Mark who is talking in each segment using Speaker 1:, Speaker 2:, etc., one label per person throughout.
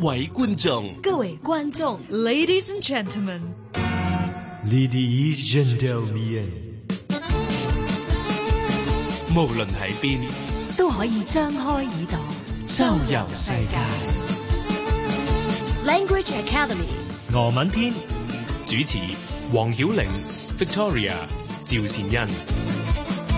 Speaker 1: 位觀眾，
Speaker 2: 各位觀眾，Ladies and Gentlemen，
Speaker 3: Ladies gentlemen，
Speaker 1: 無論喺邊，
Speaker 2: 都可以張開耳朵
Speaker 1: 周遊世界。
Speaker 4: Language Academy，
Speaker 3: 俄文篇
Speaker 5: 主持黃曉玲、Victoria、趙善恩。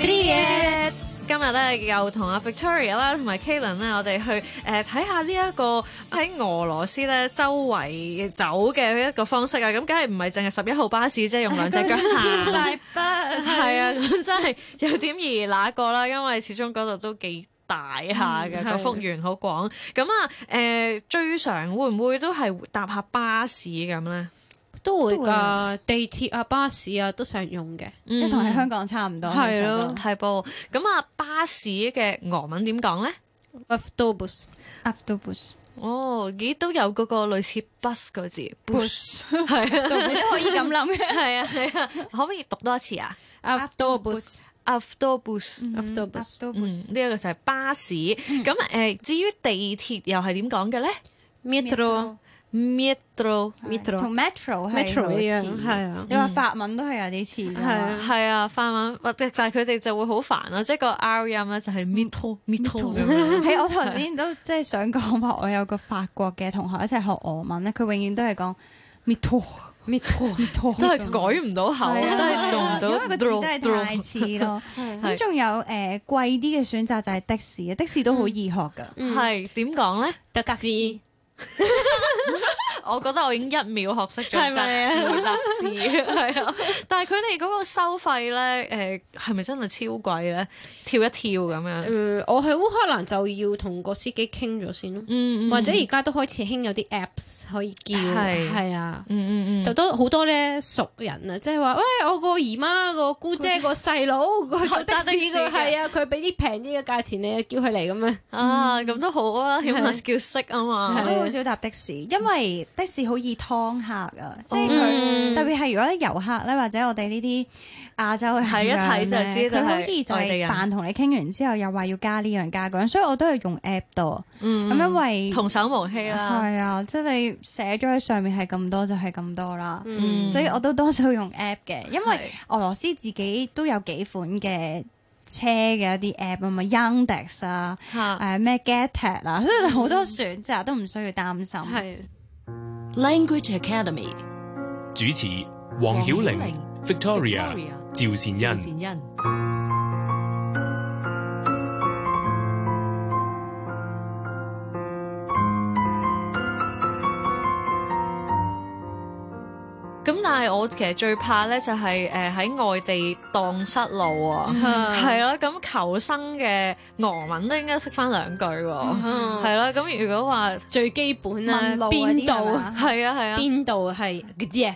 Speaker 6: 啲嘢。今日咧又同阿 Victoria 啦，同埋 Kalen 咧，我哋去誒睇下呢一個喺俄羅斯咧周圍走嘅一個方式啊！咁梗係唔係淨係十一號巴士啫，用兩隻腳 行。
Speaker 2: 巴
Speaker 6: 係啊，咁真係有點而那個啦，因為始終嗰度都幾大下嘅，
Speaker 2: 嗯
Speaker 6: 個
Speaker 2: 係
Speaker 6: 幅員好廣。咁啊，誒、最常會唔會都係搭下巴士咁咧？
Speaker 7: 都會㗎，地鐵啊、巴士啊都常用嘅。
Speaker 6: 嗯
Speaker 8: 即係同喺香港差唔多。
Speaker 7: 係咯
Speaker 6: 係噃。咁啊，巴士嘅俄文點講咧？
Speaker 7: Avtobus
Speaker 8: a v t o b u s
Speaker 6: 哦，咦，都有嗰個類似 bus 個字，bus 係啊，
Speaker 8: 都可以咁諗嘅。
Speaker 6: 係啊，係啊，可唔可以讀多一次啊
Speaker 7: Avtobus
Speaker 6: ？Avtobus，
Speaker 7: Avtobus
Speaker 8: a v t o
Speaker 6: 嗯，
Speaker 8: b u
Speaker 6: 呢
Speaker 8: s
Speaker 6: 一個就係巴士。咁
Speaker 8: 嗯
Speaker 6: 誒，至於地鐵又係點講嘅咧
Speaker 7: Metro
Speaker 6: ？Metro。
Speaker 7: Metro
Speaker 8: 同 metro 係
Speaker 7: Metro 一樣
Speaker 8: 好似
Speaker 7: 係啊
Speaker 8: 你話法文都係有啲似㗎嘛。
Speaker 7: 係啊
Speaker 6: 係啊，法文，或者但係佢哋就會好煩啊咯，即係個 R 音咧就係 metro metro 咁 樣。
Speaker 8: 係我頭先都即係想講話，我有個法國嘅同學一齊學俄文咧，佢永遠都係講 metro metro metro，
Speaker 6: 真係改唔到口，
Speaker 8: 係
Speaker 6: 真係讀唔
Speaker 8: 啊，
Speaker 6: 到。
Speaker 8: 因為個字真係太似咯。咁仲有誒貴啲嘅選擇就係的士嘅，的士都好易學㗎。
Speaker 6: 嗯係點講咧？
Speaker 7: 特使
Speaker 6: 我覺得我已經一秒學識咗
Speaker 7: 係咪啊
Speaker 6: 特士特士係啊！但係佢哋嗰個收費咧，誒係咪真係超貴咧？跳一跳咁樣，
Speaker 7: 誒，呃我去烏克蘭就要同個司機傾咗先咯，
Speaker 6: 嗯
Speaker 7: 或者而家都開始興有啲 apps 可以叫，
Speaker 6: 係
Speaker 7: 係啊。
Speaker 6: 嗯嗯
Speaker 7: 就
Speaker 6: 嗯，
Speaker 7: 都好多咧熟人啊，即係話喂，我個姨媽個姑姐個細佬個
Speaker 6: 學
Speaker 7: 的
Speaker 6: 揸的士
Speaker 7: 士個
Speaker 6: 嘅
Speaker 7: 係啊，佢俾啲平啲嘅價錢你，叫佢嚟咁樣。嗯
Speaker 6: 啊咁都好啊，起碼叫識啊
Speaker 8: 我
Speaker 6: 嘛，
Speaker 8: 都好少搭的士，因為的士好易劏客啊，
Speaker 6: 哦
Speaker 8: 即係佢、
Speaker 6: 嗯
Speaker 8: 特別係如果啲遊客咧，或者我哋呢啲亞洲嘅
Speaker 6: 睇一睇就知道
Speaker 8: 佢
Speaker 6: 係
Speaker 8: 好易就
Speaker 6: 外地
Speaker 8: 係
Speaker 6: 人
Speaker 8: 扮同你傾完之後，又話要加呢樣加嗰樣，所以我都係用 app 度，
Speaker 6: 嗯
Speaker 8: 咁、因為
Speaker 6: 童叟無欺啦，
Speaker 8: 係啊，即係你寫咗喺上面係咁多就係咁多啦。
Speaker 6: 嗯
Speaker 8: 所以我都多數用 app 嘅，因為
Speaker 6: 係
Speaker 8: 俄羅斯自己都有幾款嘅車嘅一啲 app 啊嘛，Yandex 啊，
Speaker 6: 嚇
Speaker 8: 誒咩 Getter 啦，所以好多選擇都唔需要擔心。
Speaker 7: 嗯係
Speaker 4: Language Academy，
Speaker 5: 主持黃曉
Speaker 4: 黃曉
Speaker 5: 玲
Speaker 4: 玲、
Speaker 5: Victoria、趙善恩。
Speaker 4: 恩。
Speaker 6: 咁但係我其實最怕咧就係誒喺外地蕩失路啊，
Speaker 7: 嗯
Speaker 6: 係咯，咁求生嘅俄文都應該識翻兩句喎，
Speaker 7: 嗯
Speaker 6: 係啦，咁如果話
Speaker 7: 最基本啦
Speaker 8: 問，路嗰
Speaker 7: 邊
Speaker 8: 啲係
Speaker 7: 度
Speaker 8: 嘛
Speaker 6: 係啊係啊，
Speaker 7: 啊邊度係嘅啫。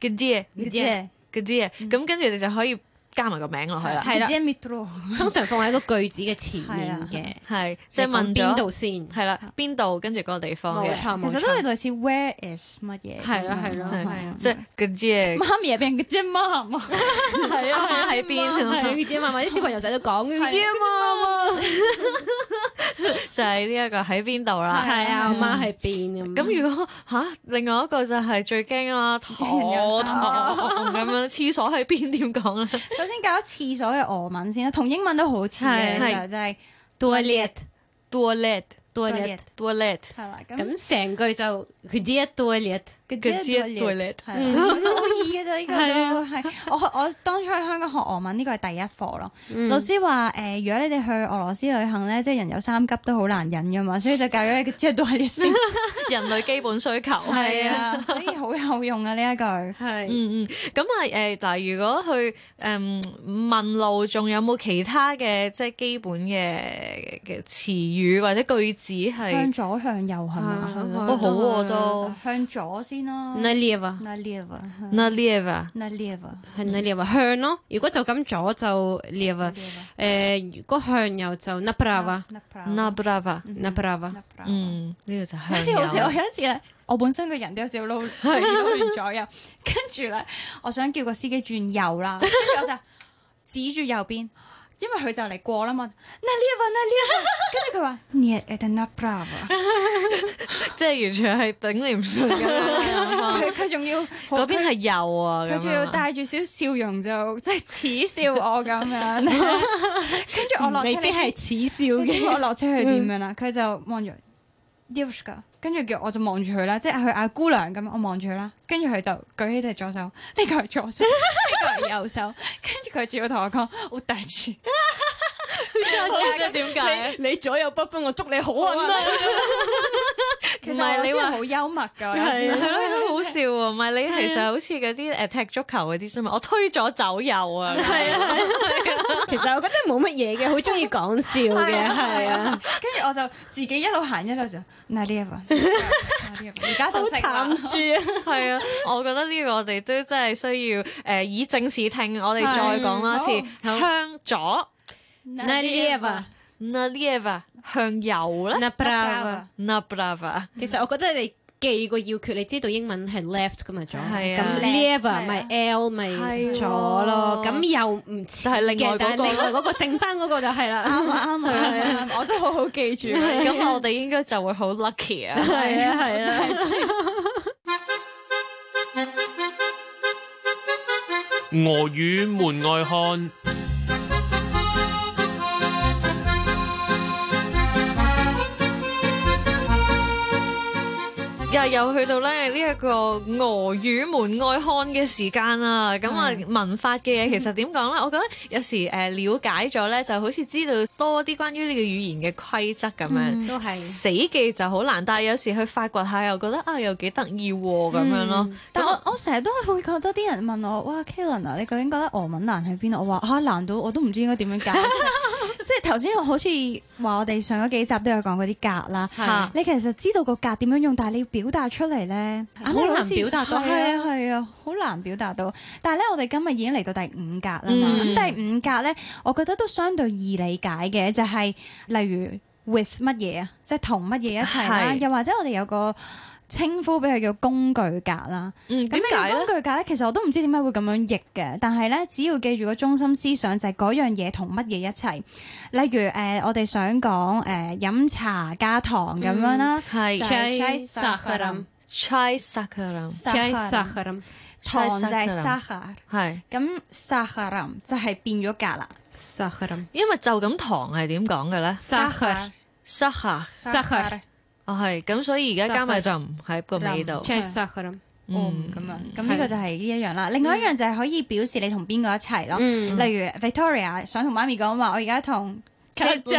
Speaker 6: 嗰啲嘢嗰啲嘢。
Speaker 7: 啊
Speaker 6: 嗰啲嘢，咁跟住你就可以加埋個名落去啦。
Speaker 8: 係
Speaker 7: 係
Speaker 8: 啦
Speaker 7: 啦
Speaker 8: 啊 ，metro 啊
Speaker 7: 通常放喺個句子嘅前面嘅，
Speaker 6: 係，即係
Speaker 7: 你講
Speaker 6: 問
Speaker 7: 邊
Speaker 6: 咗
Speaker 7: 度先？
Speaker 6: 係啦，邊度跟住嗰個地方嘅，
Speaker 7: 錯
Speaker 8: 其實都係類似 where is 乜嘢咁樣。
Speaker 7: 係啦係啦
Speaker 8: 係
Speaker 6: 係
Speaker 8: 啊
Speaker 6: 即係嗰啲 嘢。
Speaker 8: 媽咪入邊嘅啫媽咪
Speaker 7: 係
Speaker 6: 啊係啊喺邊啊
Speaker 7: 係啲嘛，啲小朋友成日都講
Speaker 8: 係
Speaker 7: 啲啊嘛，
Speaker 6: 就係呢一個喺邊度啦。
Speaker 7: 係啊，阿媽喺邊咁。
Speaker 6: 咁如果吓，另外一個就係最驚啦，堂
Speaker 8: 人有三
Speaker 6: 堂咁樣，廁所喺邊點講啊咧？
Speaker 8: 首先搞廁所嘅俄文先啦，同英文都好似嘅，
Speaker 7: 係
Speaker 8: 其實就係
Speaker 7: toilet
Speaker 6: toilet
Speaker 7: toilet
Speaker 6: toilet
Speaker 8: 係啦，咁
Speaker 7: 咁成句就佢啲 toilet
Speaker 8: 嘅
Speaker 6: 嘅
Speaker 8: 啫
Speaker 6: toilet toilet
Speaker 8: 係啦好似好易 嘅啫，呢
Speaker 7: 啊
Speaker 8: 個都係我我當初喺香港學俄文呢個係第一課咯。
Speaker 7: 嗯
Speaker 8: 老師話誒，如果你哋去俄羅斯旅行咧，即係人有三急都好難忍噶嘛，所以就教咗你嘅啫都係先。
Speaker 6: 人類基本需求。
Speaker 8: 係啊，所以好有用啊呢一句。
Speaker 7: 係
Speaker 6: 嗯嗯，咁啊誒嗱，如果去誒、嗯、問路，仲有冇其他嘅即係基本嘅嘅詞語或者句子
Speaker 8: 向
Speaker 6: 係？
Speaker 8: 左向右係嘛？係咯
Speaker 6: 哦好喎都
Speaker 8: 向左先咯。
Speaker 7: naliva
Speaker 8: n a l i v a
Speaker 6: n a l i v a
Speaker 8: n a l i v a
Speaker 7: 係 naliva 向咯，如果就咁左就 liva，誒如果向右就 naprava
Speaker 8: n a p r a
Speaker 6: n a b r a v a
Speaker 7: naprava，
Speaker 8: n a p r a
Speaker 6: 嗯，呢個就
Speaker 8: 好似
Speaker 6: 係
Speaker 8: 好似我有一次咧我本身個人都 有少少撈撈亂咗右，跟住咧，我想叫個司機轉 右啦，跟住我就指住右邊，因為佢就嚟過啦嘛。那 l e v a n a l e v a 跟住佢話 n i e e t a n
Speaker 6: 即係完全係頂你唔順咁 樣。
Speaker 8: a brava，佢佢仲要
Speaker 6: 嗰邊係右啊，
Speaker 8: 佢仲要帶住少少笑容就即係恥笑我咁 樣，跟住我落車，
Speaker 9: 嗯未必係恥笑
Speaker 8: 你知唔知
Speaker 9: 嘅。
Speaker 8: 我落車係點樣啦？啊佢就望住 d i v s h 跟住叫我就望住佢啦，即係佢嗌姑娘咁，我望住佢啦，跟住佢就舉起隻左手，呢個係左手，呢個係右手，跟住佢仲要同我講我大住，
Speaker 6: 即係點解？
Speaker 9: 你左右不分，我 祝你好啊運啦！
Speaker 8: 其
Speaker 6: 唔
Speaker 8: 實
Speaker 6: 係
Speaker 8: 我
Speaker 6: 你
Speaker 8: 你
Speaker 6: 話
Speaker 8: 話好幽默㗎，有
Speaker 6: 係
Speaker 9: 啊
Speaker 8: 時
Speaker 6: 咯，都好笑啊喎！唔係你其實好似嗰啲誒踢足球嗰啲啫嘛，我推咗走右啊，係啊，
Speaker 9: 其實我覺得冇乜嘢嘅，好中意講笑
Speaker 7: 啊
Speaker 9: 嘅， 係啊，，
Speaker 8: 跟住我就自己一路行一路就 n a d i a 而家就識啦哦
Speaker 9: 慘。住啊！
Speaker 6: 係啊，我覺得呢個我哋都真係需要誒以正視聽，我哋再講多次向左
Speaker 9: Nalieva
Speaker 6: n l e v a 向右咧
Speaker 7: n a b r a v a
Speaker 6: n a b r a v a
Speaker 7: 其實我覺得你記個要訣，你知道英文係 left 噶嘛左，
Speaker 6: 係
Speaker 7: 咁
Speaker 6: 啊
Speaker 7: lever 咪 L 咪
Speaker 6: 係喎
Speaker 7: 左咯，咁又唔似
Speaker 6: 但係另
Speaker 7: 嘅
Speaker 6: 外，嗰
Speaker 7: 但
Speaker 6: 個
Speaker 7: 係另外嗰個剩翻嗰個就係啦。
Speaker 8: 啱啊啱啊啱啊，我都好好記住。
Speaker 6: 咁我哋應該就會好 lucky 啊！
Speaker 9: 係啊係啊，
Speaker 5: 俄語門外漢，
Speaker 6: 又又去到咧呢一個俄語門外漢嘅時間啦，咁啊文法嘅嘢其實點講咧？我覺得有時誒、呃、了解咗咧，就好似知道多啲關於呢個語言嘅規則咁樣。
Speaker 7: 都 係
Speaker 6: 死記就好難，但係有時去發掘下又覺得啊，又幾得意喎咁樣咯。
Speaker 8: 但
Speaker 7: 啊
Speaker 8: 我我成日都會覺得啲人問我，哇 Kalen 啊，你究竟覺得俄文難喺邊度？啊我話嚇、難到我都唔知應該點樣解 釋。即係頭先我好似話我哋上嗰幾集都有講嗰啲格啦，
Speaker 6: 嚇
Speaker 8: 你其實知道個格點樣用，但係你要表達出嚟咧，
Speaker 7: 好
Speaker 8: 硬係
Speaker 7: 難
Speaker 8: 好似
Speaker 7: 表達到
Speaker 8: 係啊係啊，好難表達到。但係咧，我哋今日已經嚟到第五格啦嘛。咁、
Speaker 7: 嗯
Speaker 8: 第五格咧，我覺得都相對易理解嘅，就係、例如 with 乜嘢啊，即係同乜嘢一齊啦，
Speaker 6: 係
Speaker 8: 又或者我哋有個稱呼俾佢叫工具格啦。
Speaker 6: 嗯，
Speaker 8: 咁
Speaker 6: 點解
Speaker 8: 呢個
Speaker 6: 咧？
Speaker 8: 工具架咧，其實我都唔知點解會咁樣譯嘅，但係咧，只要記住個中心思想就係嗰樣嘢同乜嘢一齊。例如誒、呃我哋想講誒、呃、飲茶加糖咁樣啦，
Speaker 6: 係
Speaker 8: 就
Speaker 7: chai
Speaker 8: 係
Speaker 7: saccharum
Speaker 6: chai saccharum，
Speaker 7: chai
Speaker 8: saccharum
Speaker 7: saccharum
Speaker 8: 糖就
Speaker 6: chai
Speaker 8: 係
Speaker 6: saccharum
Speaker 8: sacchar，
Speaker 6: 係
Speaker 8: 咁 saccharum 就係變咗格啦。
Speaker 7: saccharum
Speaker 6: 因為就咁糖係點講嘅咧
Speaker 7: sacchar
Speaker 6: s a c h a
Speaker 7: sacchar
Speaker 6: 哦係咁，所以而家加埋就唔喺個尾度。
Speaker 7: chai saccharum
Speaker 8: 嗯，咁樣，咁呢個就係呢一樣啦。另外一樣就係可以表示你同邊個一齊
Speaker 6: 嗯
Speaker 8: 咯。例如 Victoria 想同媽咪講話，我而家同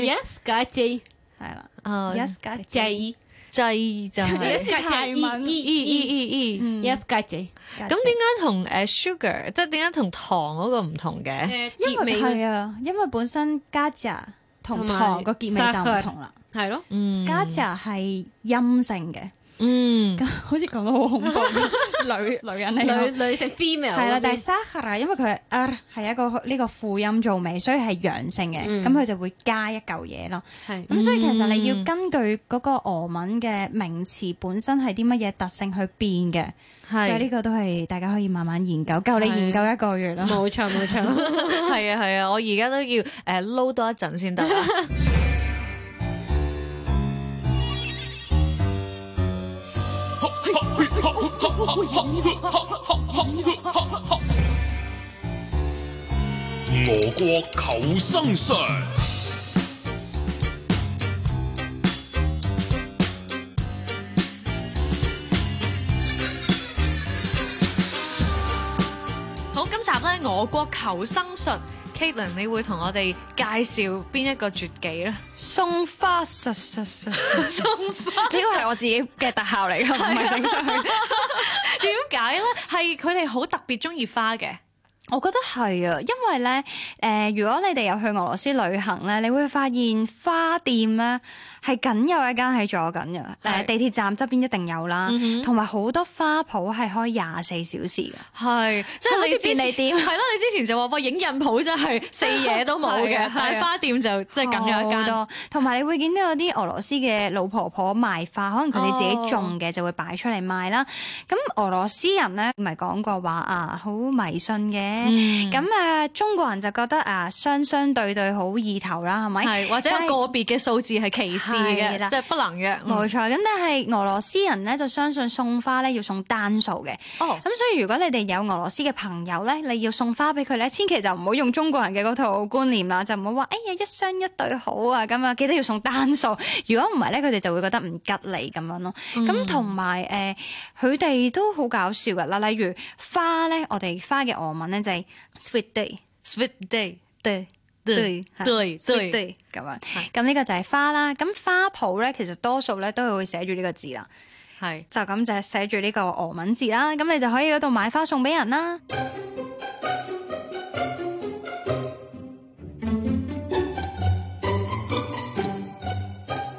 Speaker 9: Yes，家姐
Speaker 8: 係啦
Speaker 6: 啊
Speaker 8: ，yes 家
Speaker 9: 姐
Speaker 8: 姐，
Speaker 6: 制就係。
Speaker 8: 是泰文
Speaker 6: E E E
Speaker 8: 嗯
Speaker 6: E，
Speaker 9: ，Yes，家姐
Speaker 8: 咁
Speaker 6: 咁點解同誒 sugar，即係點解同糖嗰個唔同嘅？
Speaker 7: 誒
Speaker 8: 因為
Speaker 7: 結尾
Speaker 8: 係啊，因為本身家姐同糖個結尾就唔同啦。
Speaker 7: 係咯，
Speaker 6: 嗯
Speaker 8: 家姐係陰性嘅，
Speaker 6: 嗯，
Speaker 8: 好似講到好恐怖， 女女人
Speaker 7: 女
Speaker 8: 嚟。
Speaker 7: 女性 female
Speaker 8: 係啦，
Speaker 7: 嗰
Speaker 8: 但
Speaker 7: 邊
Speaker 8: 係 s a h a r a 因為佢係 r 係一個呢個輔音做尾，所以係陽性嘅，咁佢、就會加一嚿嘢咯。
Speaker 7: 係
Speaker 8: 咁所以其實你要根據嗰個俄文嘅名詞本身係啲乜嘢特性去變嘅，所以呢
Speaker 6: 係
Speaker 8: 個都係大家可以慢慢研究，夠你研究一個月啦。
Speaker 7: 冇錯冇錯，
Speaker 6: 係啊係啊，我而家都要誒撈多一陣先得啊。
Speaker 5: 俄國求生術，
Speaker 6: 好，今集咧俄國求生術 k a t l i n 你會同我哋介紹邊一個絕技咧？
Speaker 9: 送花術術術術，呢個係我自己嘅特效嚟㗎，唔係整上去。
Speaker 6: 點解咧？係佢哋好特別中意花嘅，
Speaker 8: 我覺得係啊，因為咧，誒、如果你哋有去俄羅斯旅行咧，你會發現花店咧係僅有一間喺左近嘅，誒
Speaker 6: 係嗯
Speaker 8: 地鐵站側邊一定有啦，同埋好多花圃係開廿四小時嘅。
Speaker 6: 係，即係
Speaker 9: 好
Speaker 6: 你
Speaker 9: 似便利
Speaker 6: 店係咯，你之前就話喂影印鋪真係四嘢都冇
Speaker 8: 係
Speaker 6: 嘅
Speaker 8: 啊，係
Speaker 6: 但
Speaker 8: 啊
Speaker 6: 係花店就即係梗有一
Speaker 8: 好
Speaker 6: 間。
Speaker 8: 多，同埋你會見到有啲俄羅斯嘅老婆婆賣花，可能佢哋自己種嘅就會擺出嚟賣啦。咁俄羅斯人咧，唔係講過話啊，好迷信
Speaker 6: 嗯
Speaker 8: 嘅。咁啊，中國人就覺得啊，雙雙對對好意頭啦，係咪？
Speaker 6: 係或者有
Speaker 8: 但係
Speaker 6: 個別嘅數字係歧視
Speaker 8: 係
Speaker 6: 嘅，
Speaker 8: 啦
Speaker 6: 即係不能嘅。嗯
Speaker 8: 冇錯，咁但係俄羅斯人咧就相信送花咧要送單數嘅，
Speaker 6: 哦
Speaker 8: 咁所以如果你哋有俄羅斯嘅朋友咧，你要送花俾佢咧，千祈就唔好用中國人嘅嗰套觀念啦，就唔好話哎呀一雙一對好啊咁啊，記得要送 單數。如果唔係咧，佢哋就會覺得唔吉利咁樣咯。咁同埋誒，佢哋都好搞笑㗎啦，例如花咧，我哋花嘅俄文咧就係 sweet day，
Speaker 6: Sweet Day
Speaker 8: 對
Speaker 6: 對
Speaker 8: 係
Speaker 6: 對對
Speaker 8: sweet day 咁樣。咁呢個就係花啦。咁花圃咧，其實多數咧都會寫住呢個字啦。
Speaker 6: 係
Speaker 8: 就咁就係寫住呢個俄文字啦，咁你就可以喺嗰度買花送俾人啦。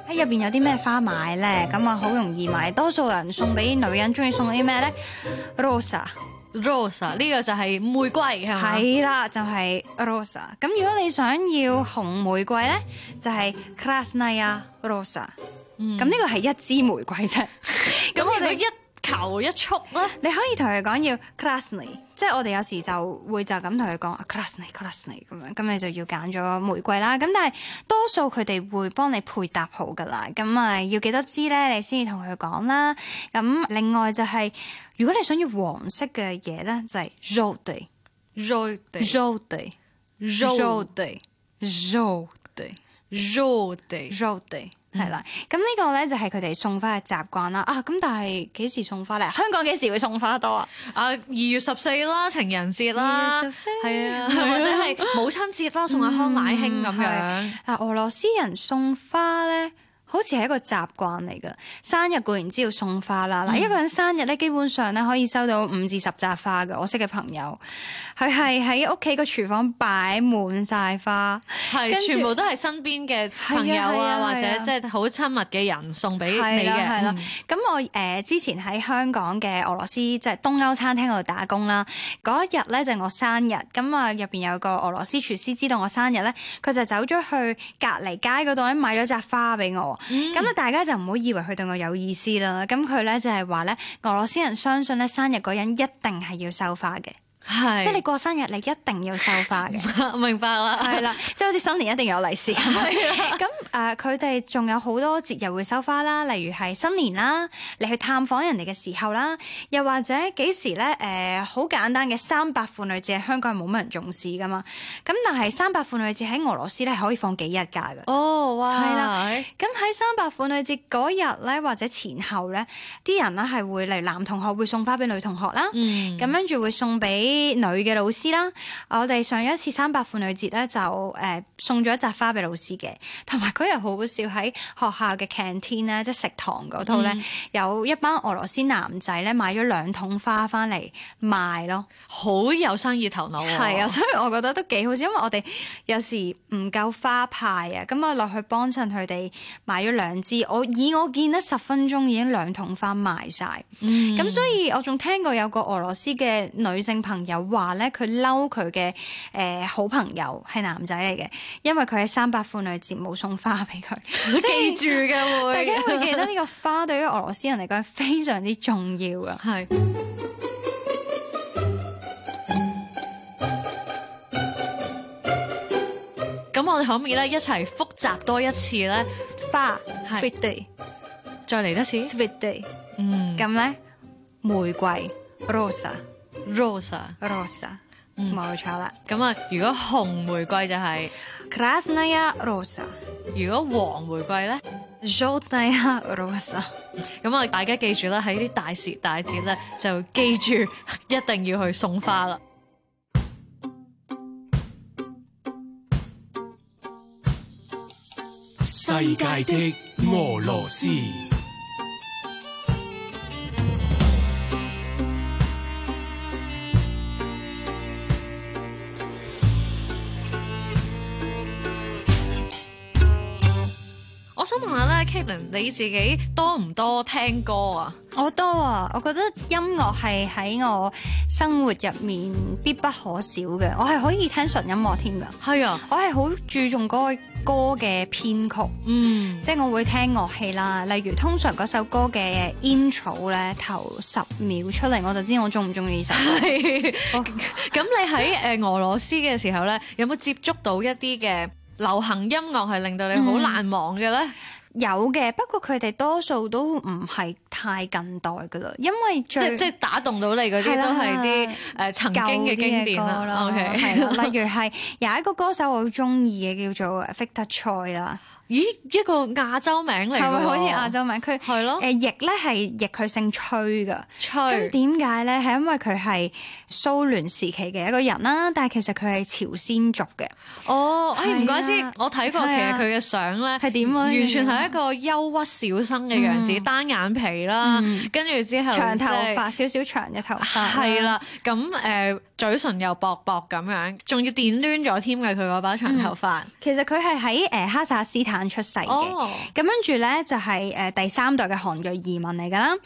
Speaker 8: 喺入邊有啲咩花買呢？咁啊好容易買，多數人送俾女人中意送啲咩呢 r o s a
Speaker 6: Rosa 啊呢個就係玫瑰係咪？
Speaker 8: 嗯係啦，就係 rosa。咁如果你想要紅玫瑰咧，就係 krasnaya rosa。咁呢個係一支玫瑰啫。
Speaker 6: 咁我哋一球一束咧，
Speaker 8: 你可以同佢講要 krasny，即係我哋有時就會就咁同佢講 krasny krasny 咁樣，咁你就要揀咗玫瑰啦。咁但係多數佢哋會幫你配搭好噶啦，咁啊要幾多支咧，你先至同佢講啦。咁另外就係、如果你想要黃色嘅嘢咧，就係 jody
Speaker 6: Joy Day
Speaker 8: jody
Speaker 6: Joy
Speaker 8: jody jody。
Speaker 6: Joy Day
Speaker 8: road 地係啦，咁呢個咧就係佢哋送花嘅習慣啦。啊，咁但係幾時送花咧？香港幾時會送花多啊？
Speaker 6: 啊！二月十四啦，情人節啦，
Speaker 8: 二月14
Speaker 6: 係 啊，或者係母親節啦，送阿康乃馨咁樣。
Speaker 8: 啊，俄羅斯人送花咧。好似係一個習慣嚟㗎，生日固然之要送花啦。嗱、一個人生日咧，基本上咧可以收到五至十扎花㗎。我識嘅朋友，佢係喺屋企個廚房擺滿晒花，跟
Speaker 6: 係
Speaker 8: 住
Speaker 6: 全部都係身邊嘅朋友
Speaker 8: 係啊係啊
Speaker 6: 啊，或
Speaker 8: 係啊
Speaker 6: 者即係好親密嘅人送俾你
Speaker 8: 係啦，係
Speaker 6: 嘅嗯
Speaker 8: 啦。。咁我誒之前喺香港嘅俄羅斯即係東歐餐廳嗰度打工啦。嗰一日咧就係我生日，咁啊入邊有個俄羅斯廚師知道我生日咧，佢就走咗去隔離街嗰度咧買咗扎花俾我。
Speaker 6: 嗯
Speaker 8: 咁啊、大家就唔好以為佢對我有意思啦。咁佢咧就係話咧，俄羅斯人相信咧生日嗰人一定係要收花嘅，
Speaker 6: 係
Speaker 8: 即係你過生日你一定要收花 嘅。
Speaker 6: 明白啦。
Speaker 8: 係啦，即係好似新年一定有利是咁。 咁誒，佢哋仲有好多節日會收花啦，例如係新年啦，你去探訪人哋嘅時候啦，又或者幾時咧誒，呃好、簡單嘅三八婦女節，香港係冇乜人重視噶嘛。咁但係三八婦女節喺俄羅斯咧係可以放幾日假嘅。
Speaker 6: 哦，哇
Speaker 8: 係
Speaker 6: 係
Speaker 8: 啦
Speaker 6: 啦，
Speaker 8: 咁喺三八婦女節嗰日咧，或者前後咧，啲人咧係會例如男同學會送花俾女同學啦，
Speaker 6: 嗯
Speaker 8: 咁跟住會送俾女嘅老師啦。我哋上一次三八婦女節咧就誒、呃送咗一扎花俾老師嘅，同埋嗰日好好笑喺學校嘅 canteen 咧，即係食堂嗰度咧，有一班俄羅斯男仔咧買咗兩桶花翻嚟賣咯。
Speaker 6: 好有生意頭腦喎。
Speaker 8: 係啊，所以我覺得都幾好笑，因為我哋有時唔夠花派啊，咁啊落去幫襯佢哋買咗兩支，我以我見得十分鐘已經兩桶花賣晒。
Speaker 6: 嗯
Speaker 8: 咁、所以我仲聽過有個俄羅斯嘅女性朋友話咧，佢嬲佢嘅誒好朋友係男仔嚟嘅，因為佢喺三八婦女節冇送花俾佢，所 以
Speaker 6: 記住嘅
Speaker 8: 大
Speaker 6: 會
Speaker 8: 家會記得呢個花對於俄羅斯人嚟講係非常之重要啊噶。
Speaker 6: 係。咁我哋可唔可以咧一齊複習多一次咧？
Speaker 8: 花
Speaker 6: 係
Speaker 8: sweet day
Speaker 6: 再嚟一次。
Speaker 8: sweet day。
Speaker 6: 嗯
Speaker 8: 咁咧玫瑰 rosa
Speaker 6: ，Rosa。
Speaker 8: rosa
Speaker 6: 嗯
Speaker 8: 冇錯啦
Speaker 6: 咁啊，如果紅玫瑰就係，
Speaker 8: ，krasnaya rosa
Speaker 6: 如果黃玫瑰咧，
Speaker 8: желтая rosa
Speaker 6: 咁啊，大家記住啦，喺啲大時大節咧，就記住 一定要去送花啦。
Speaker 1: 世界的俄羅斯，
Speaker 6: 我想問下下啦 k a t l i n 你自己多唔多聽歌啊？
Speaker 8: 我多啊！我覺得音樂係喺我生活入面必不可少嘅。我係可以聽純音樂添㗎，
Speaker 6: 係啊，
Speaker 8: 我係好注重嗰個歌嘅編曲，
Speaker 6: 嗯，
Speaker 8: 即係我會聽樂器啦。例如通常嗰首歌嘅 intro 咧，頭十秒出嚟我就知我中唔中意呢 首歌。哦
Speaker 6: 咁你喺呃誒俄羅斯嘅時候咧，有冇接觸到一啲嘅流行音樂係令到你
Speaker 8: 嗯
Speaker 6: 好難忘嘅咧？
Speaker 8: 有嘅，不過佢哋多數都唔係太近代㗎啦，因為
Speaker 6: 即
Speaker 8: 最
Speaker 6: 即打動到你嗰
Speaker 8: 係
Speaker 6: 啲
Speaker 8: 啦
Speaker 6: 都係
Speaker 8: 係
Speaker 6: 啲
Speaker 8: 啦
Speaker 6: 誒曾經
Speaker 8: 舊
Speaker 6: 嘅經典
Speaker 8: 啲嘅歌
Speaker 6: 啦。啊
Speaker 8: 咯
Speaker 6: OK，
Speaker 8: 係啦例如係有一個歌手我好中意嘅叫做呃 Victor Choi 啦，
Speaker 6: 咦，一個亞洲名嚟㗎喎，
Speaker 8: 係咪好似亞洲名？佢
Speaker 6: 係咯
Speaker 8: 誒譯咧係譯佢姓崔㗎。咁
Speaker 6: 吹
Speaker 8: 點解咧？係因為佢係蘇聯時期嘅一個人啦，但係其實佢係朝鮮族嘅。
Speaker 6: 哦，哎唔怪之
Speaker 8: 係啊，
Speaker 6: 我睇過其
Speaker 8: 係
Speaker 6: 實
Speaker 8: 啊
Speaker 6: 佢嘅相咧
Speaker 8: 係點啊啊
Speaker 6: 完全係一個憂鬱小生嘅樣子，
Speaker 8: 嗯
Speaker 6: 單眼皮啦
Speaker 8: 嗯，
Speaker 6: 跟住之後
Speaker 8: 長頭
Speaker 6: 即係
Speaker 8: 髮，少少長嘅頭髮。
Speaker 6: 係，啦，咁誒、呃嘴唇又薄薄咁樣，仲要電攣咗添嘅佢嗰把長頭髮。
Speaker 8: 其實佢係喺誒哈薩克斯坦出世嗯嘅。
Speaker 6: 哦，
Speaker 8: 咁跟住咧就係、誒、第三代嘅韓裔移民嚟㗎啦。咁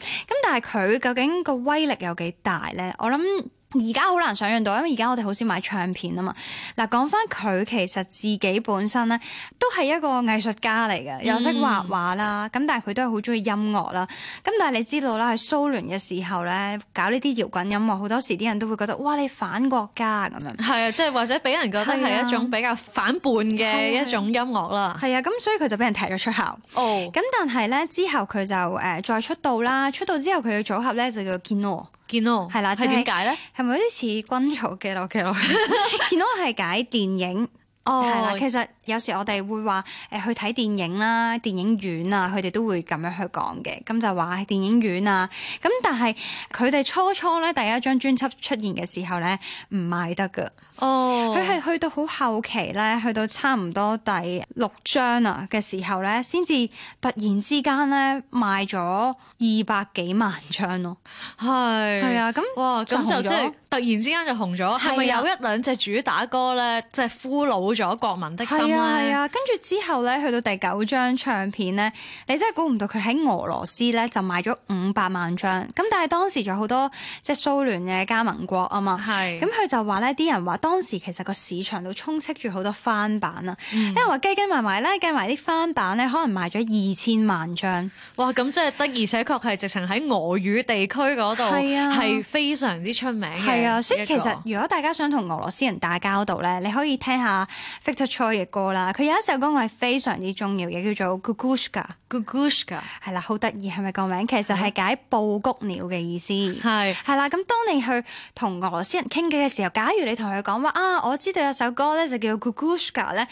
Speaker 8: 但係佢究竟個威力有幾大咧？我諗。而家好難想像到，因為而家我哋好少買唱片啊嘛。嗱，講翻佢其實自己本身咧，都係一個藝術家嚟嘅，又識畫畫啦。咁但係佢都係好中意音樂啦。咁但係你知道啦，喺蘇聯嘅時候咧，搞呢啲搖滾音樂，好多時啲人都會覺得哇，你反國家啊咁樣。
Speaker 6: 係啊，即係或者俾人覺得
Speaker 8: 係
Speaker 6: 係
Speaker 8: 啊
Speaker 6: 一種比較反叛嘅一種音樂啦。
Speaker 8: 係啊，咁所以佢就俾人踢咗出校。
Speaker 6: 哦，
Speaker 8: 咁但係咧之後佢就誒、呃再出道啦，出道之後佢嘅組合咧就叫 Kino，
Speaker 6: 見到
Speaker 8: 係啦
Speaker 6: 係
Speaker 8: 即係
Speaker 6: 點解咧？
Speaker 8: 係咪有啲似軍曹嘅咯嘅咯？Kino 係解電影。
Speaker 6: 哦
Speaker 8: 係啦，其實有時我哋會話誒、去睇電影啦、電影院啊，佢哋都會咁樣去講嘅，咁就話喺電影院啊。咁但係佢哋初初咧第一張專輯出現嘅時候咧，唔賣得㗎。
Speaker 6: 哦，
Speaker 8: 佢係去到好後期咧，去到差唔多第六章啊嘅時候咧，先至突然之間咧賣咗二百幾萬張咯。
Speaker 6: 係
Speaker 8: 係啊，咁
Speaker 6: 嗯哇，咁就
Speaker 8: 紅咗
Speaker 6: 即係突然之間就紅咗，係咪
Speaker 8: 係啊
Speaker 6: 有一兩隻主打歌咧，即係俘虜咗國民的心
Speaker 8: 係啊係
Speaker 6: 咧？
Speaker 8: 啊，跟住之後咧，去到第九張唱片咧，你真係估唔到佢喺俄羅斯咧就賣咗五百萬張。咁但係當時仲有好多即係蘇聯嘅加盟國啊嘛。
Speaker 6: 係
Speaker 8: 咁佢就話咧，啲人話當時其實個市場度充斥住好多翻版啊，因為話計計埋埋咧，計埋啲翻版咧，可能賣咗二千萬張。
Speaker 6: 哇，咁即係的而且確係直情喺俄語地區嗰度
Speaker 8: 係啊
Speaker 6: 係非常之出名嘅一個。
Speaker 8: 係啊，所以其實如果大家想同俄羅斯人打交道咧，你可以聽下 Victor Choi 嘅歌啦。佢有一首歌我係非常之中意嘅，叫做《Kukushka》，
Speaker 6: Gugushka
Speaker 8: 係啦，好得意，係咪個名？其實係解布谷鳥嘅意思。
Speaker 6: 係
Speaker 8: 係啦，咁當你去同俄羅斯人傾偈嘅時候，假如你同佢講話啊，我知道有首歌咧就叫《Kukushka》咧，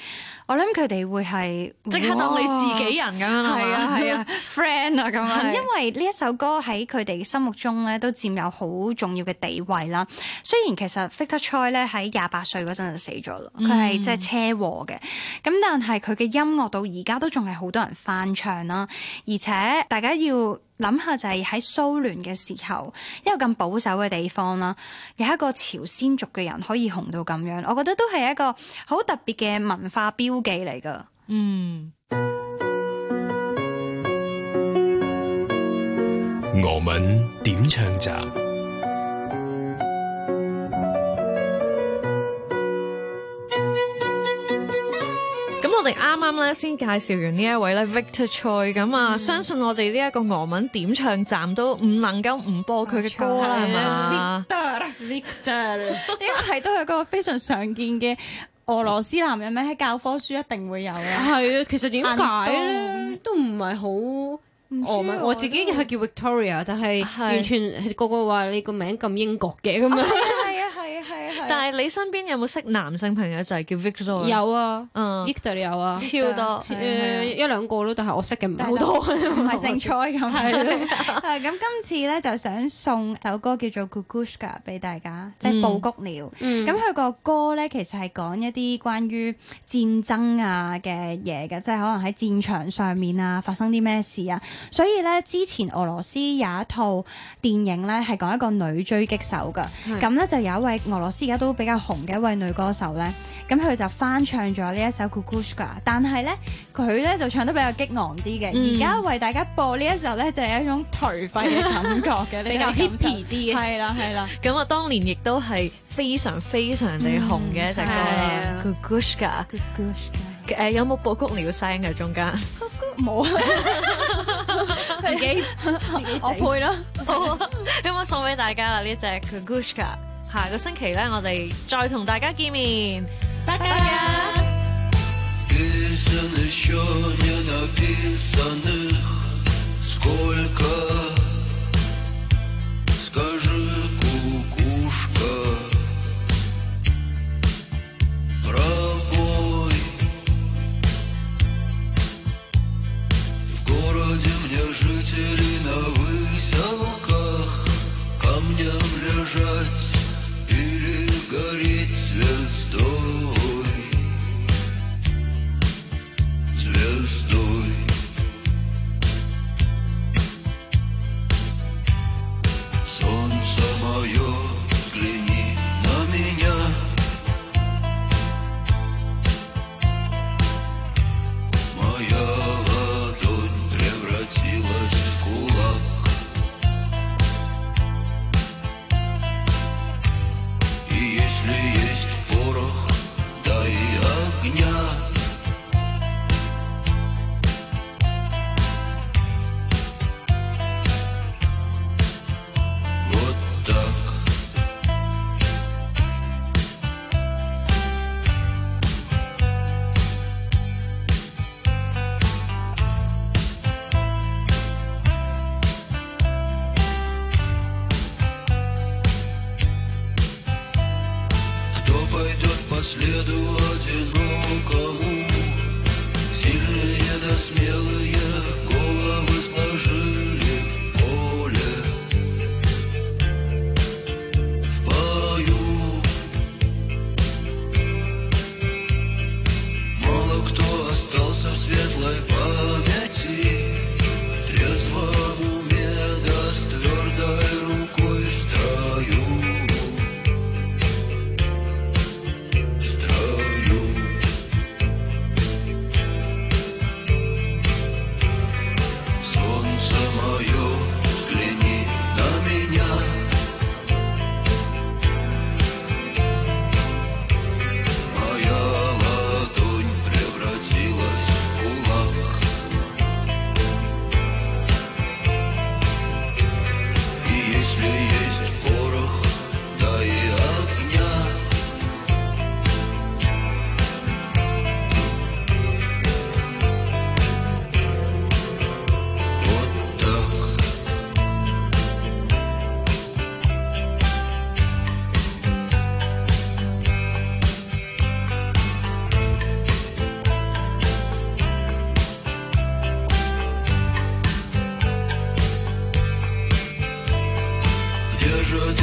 Speaker 8: 我諗佢哋會係
Speaker 6: 即刻當你自己人咁樣啦，
Speaker 8: 係啊係啊 friend 啊咁
Speaker 6: 係
Speaker 8: 樣，因為呢一首歌喺佢哋心目中咧都佔有好重要嘅地位啦。雖然其實 Victor Choi 咧喺廿八歲嗰陣就死咗啦，佢係即係車禍嘅，咁但係佢嘅音樂到而家都仲係好多人翻唱啦，而且大家要。諗下就係喺蘇聯嘅時候，一個咁保守嘅地方啦，有一個朝鮮族嘅人可以紅到咁樣，我覺得都係一個好特別嘅文化標記嚟㗎。
Speaker 6: 嗯，
Speaker 5: 俄文點唱集，
Speaker 6: 咁我哋啱啱咧先介紹完呢一位咧 Victor Choi 咁啊，
Speaker 8: 嗯
Speaker 6: 相信我哋呢一個俄文點唱站都唔能夠唔播佢嘅歌啦，係嘛？
Speaker 8: 啊 Victor，Victor，
Speaker 9: 呢個係都係一個非常常見嘅俄羅斯男人名，喺教科書一定會有啦。
Speaker 7: 係啊，其實點解咧都唔係好。
Speaker 8: 知
Speaker 7: 俄文
Speaker 8: 啊
Speaker 7: 我自己係叫 Victoria，但係
Speaker 6: 係
Speaker 7: 完全係個個話你個名咁英國嘅咁樣。
Speaker 8: 係啊係啊係啊係啊！
Speaker 6: 但係你身邊有冇識男性朋友就係叫 Victor？，
Speaker 7: 有啊
Speaker 6: 嗯，
Speaker 7: ，Victor 有啊，
Speaker 6: 超多。
Speaker 8: 係啊
Speaker 7: 誒一兩個咯，但係我識嘅唔係好多。
Speaker 8: 唔係姓蔡咁，啊係咁今次咧就想送首歌叫做《Gugushka》俾大家，即
Speaker 7: 嗯
Speaker 8: 係布谷鳥。
Speaker 6: 嗯
Speaker 8: 咁佢個歌咧其實係講一啲關於戰爭啊嘅嘢嘅，即係可能喺戰場上面啊發生啲咩事啊。所以咧之前俄羅
Speaker 6: 嗯
Speaker 8: 斯有一套電影咧係講一個女狙擊手㗎，咁咧就有一位俄羅斯而家家都比較紅嘅一位女歌手咧，咁佢就翻唱咗呢一首《Kukushka》，但係咧佢咧就唱得比較激昂啲嘅。
Speaker 6: 嗯
Speaker 8: 而家為大家播呢一首咧，就係一種頹廢嘅感覺嘅，
Speaker 6: 比較 hippie 啲嘅
Speaker 8: 嘅。係啦，係啦。
Speaker 6: 咁啊，當年亦都係非常非常地紅嘅一隻歌
Speaker 8: 嗯啊
Speaker 6: 啦，《Kukushka》誒有冇布谷鳥聲嘅中間？
Speaker 8: 冇啊
Speaker 6: 自己
Speaker 8: 我配啦。
Speaker 6: 好啊咁我送俾大家啦呢只 Kukushka。下個星期咧，我哋再同大家見面，拜拜。
Speaker 10: Написано, що не написаних, сколько, скажи, кукушка, пробой. В городе мне жители на выселках, камням лежать или гореть звездой звездой. Солнце мое, взгляни на меня. Моя ладонь превратилась в кулак. И если есть порох, дай огня. Вот так. Кто пойдет по следу одинокому? Сильные да смелые головы сложили в поле. пою. Мало кто остался в светлой памяти, в трезвом уме, да с твердой рукой в строю. В строю. Солнце мое, взгляни на меня, Моя ладонь превратилась в кулак. И если есть порох, дай огня. Вот так. Где же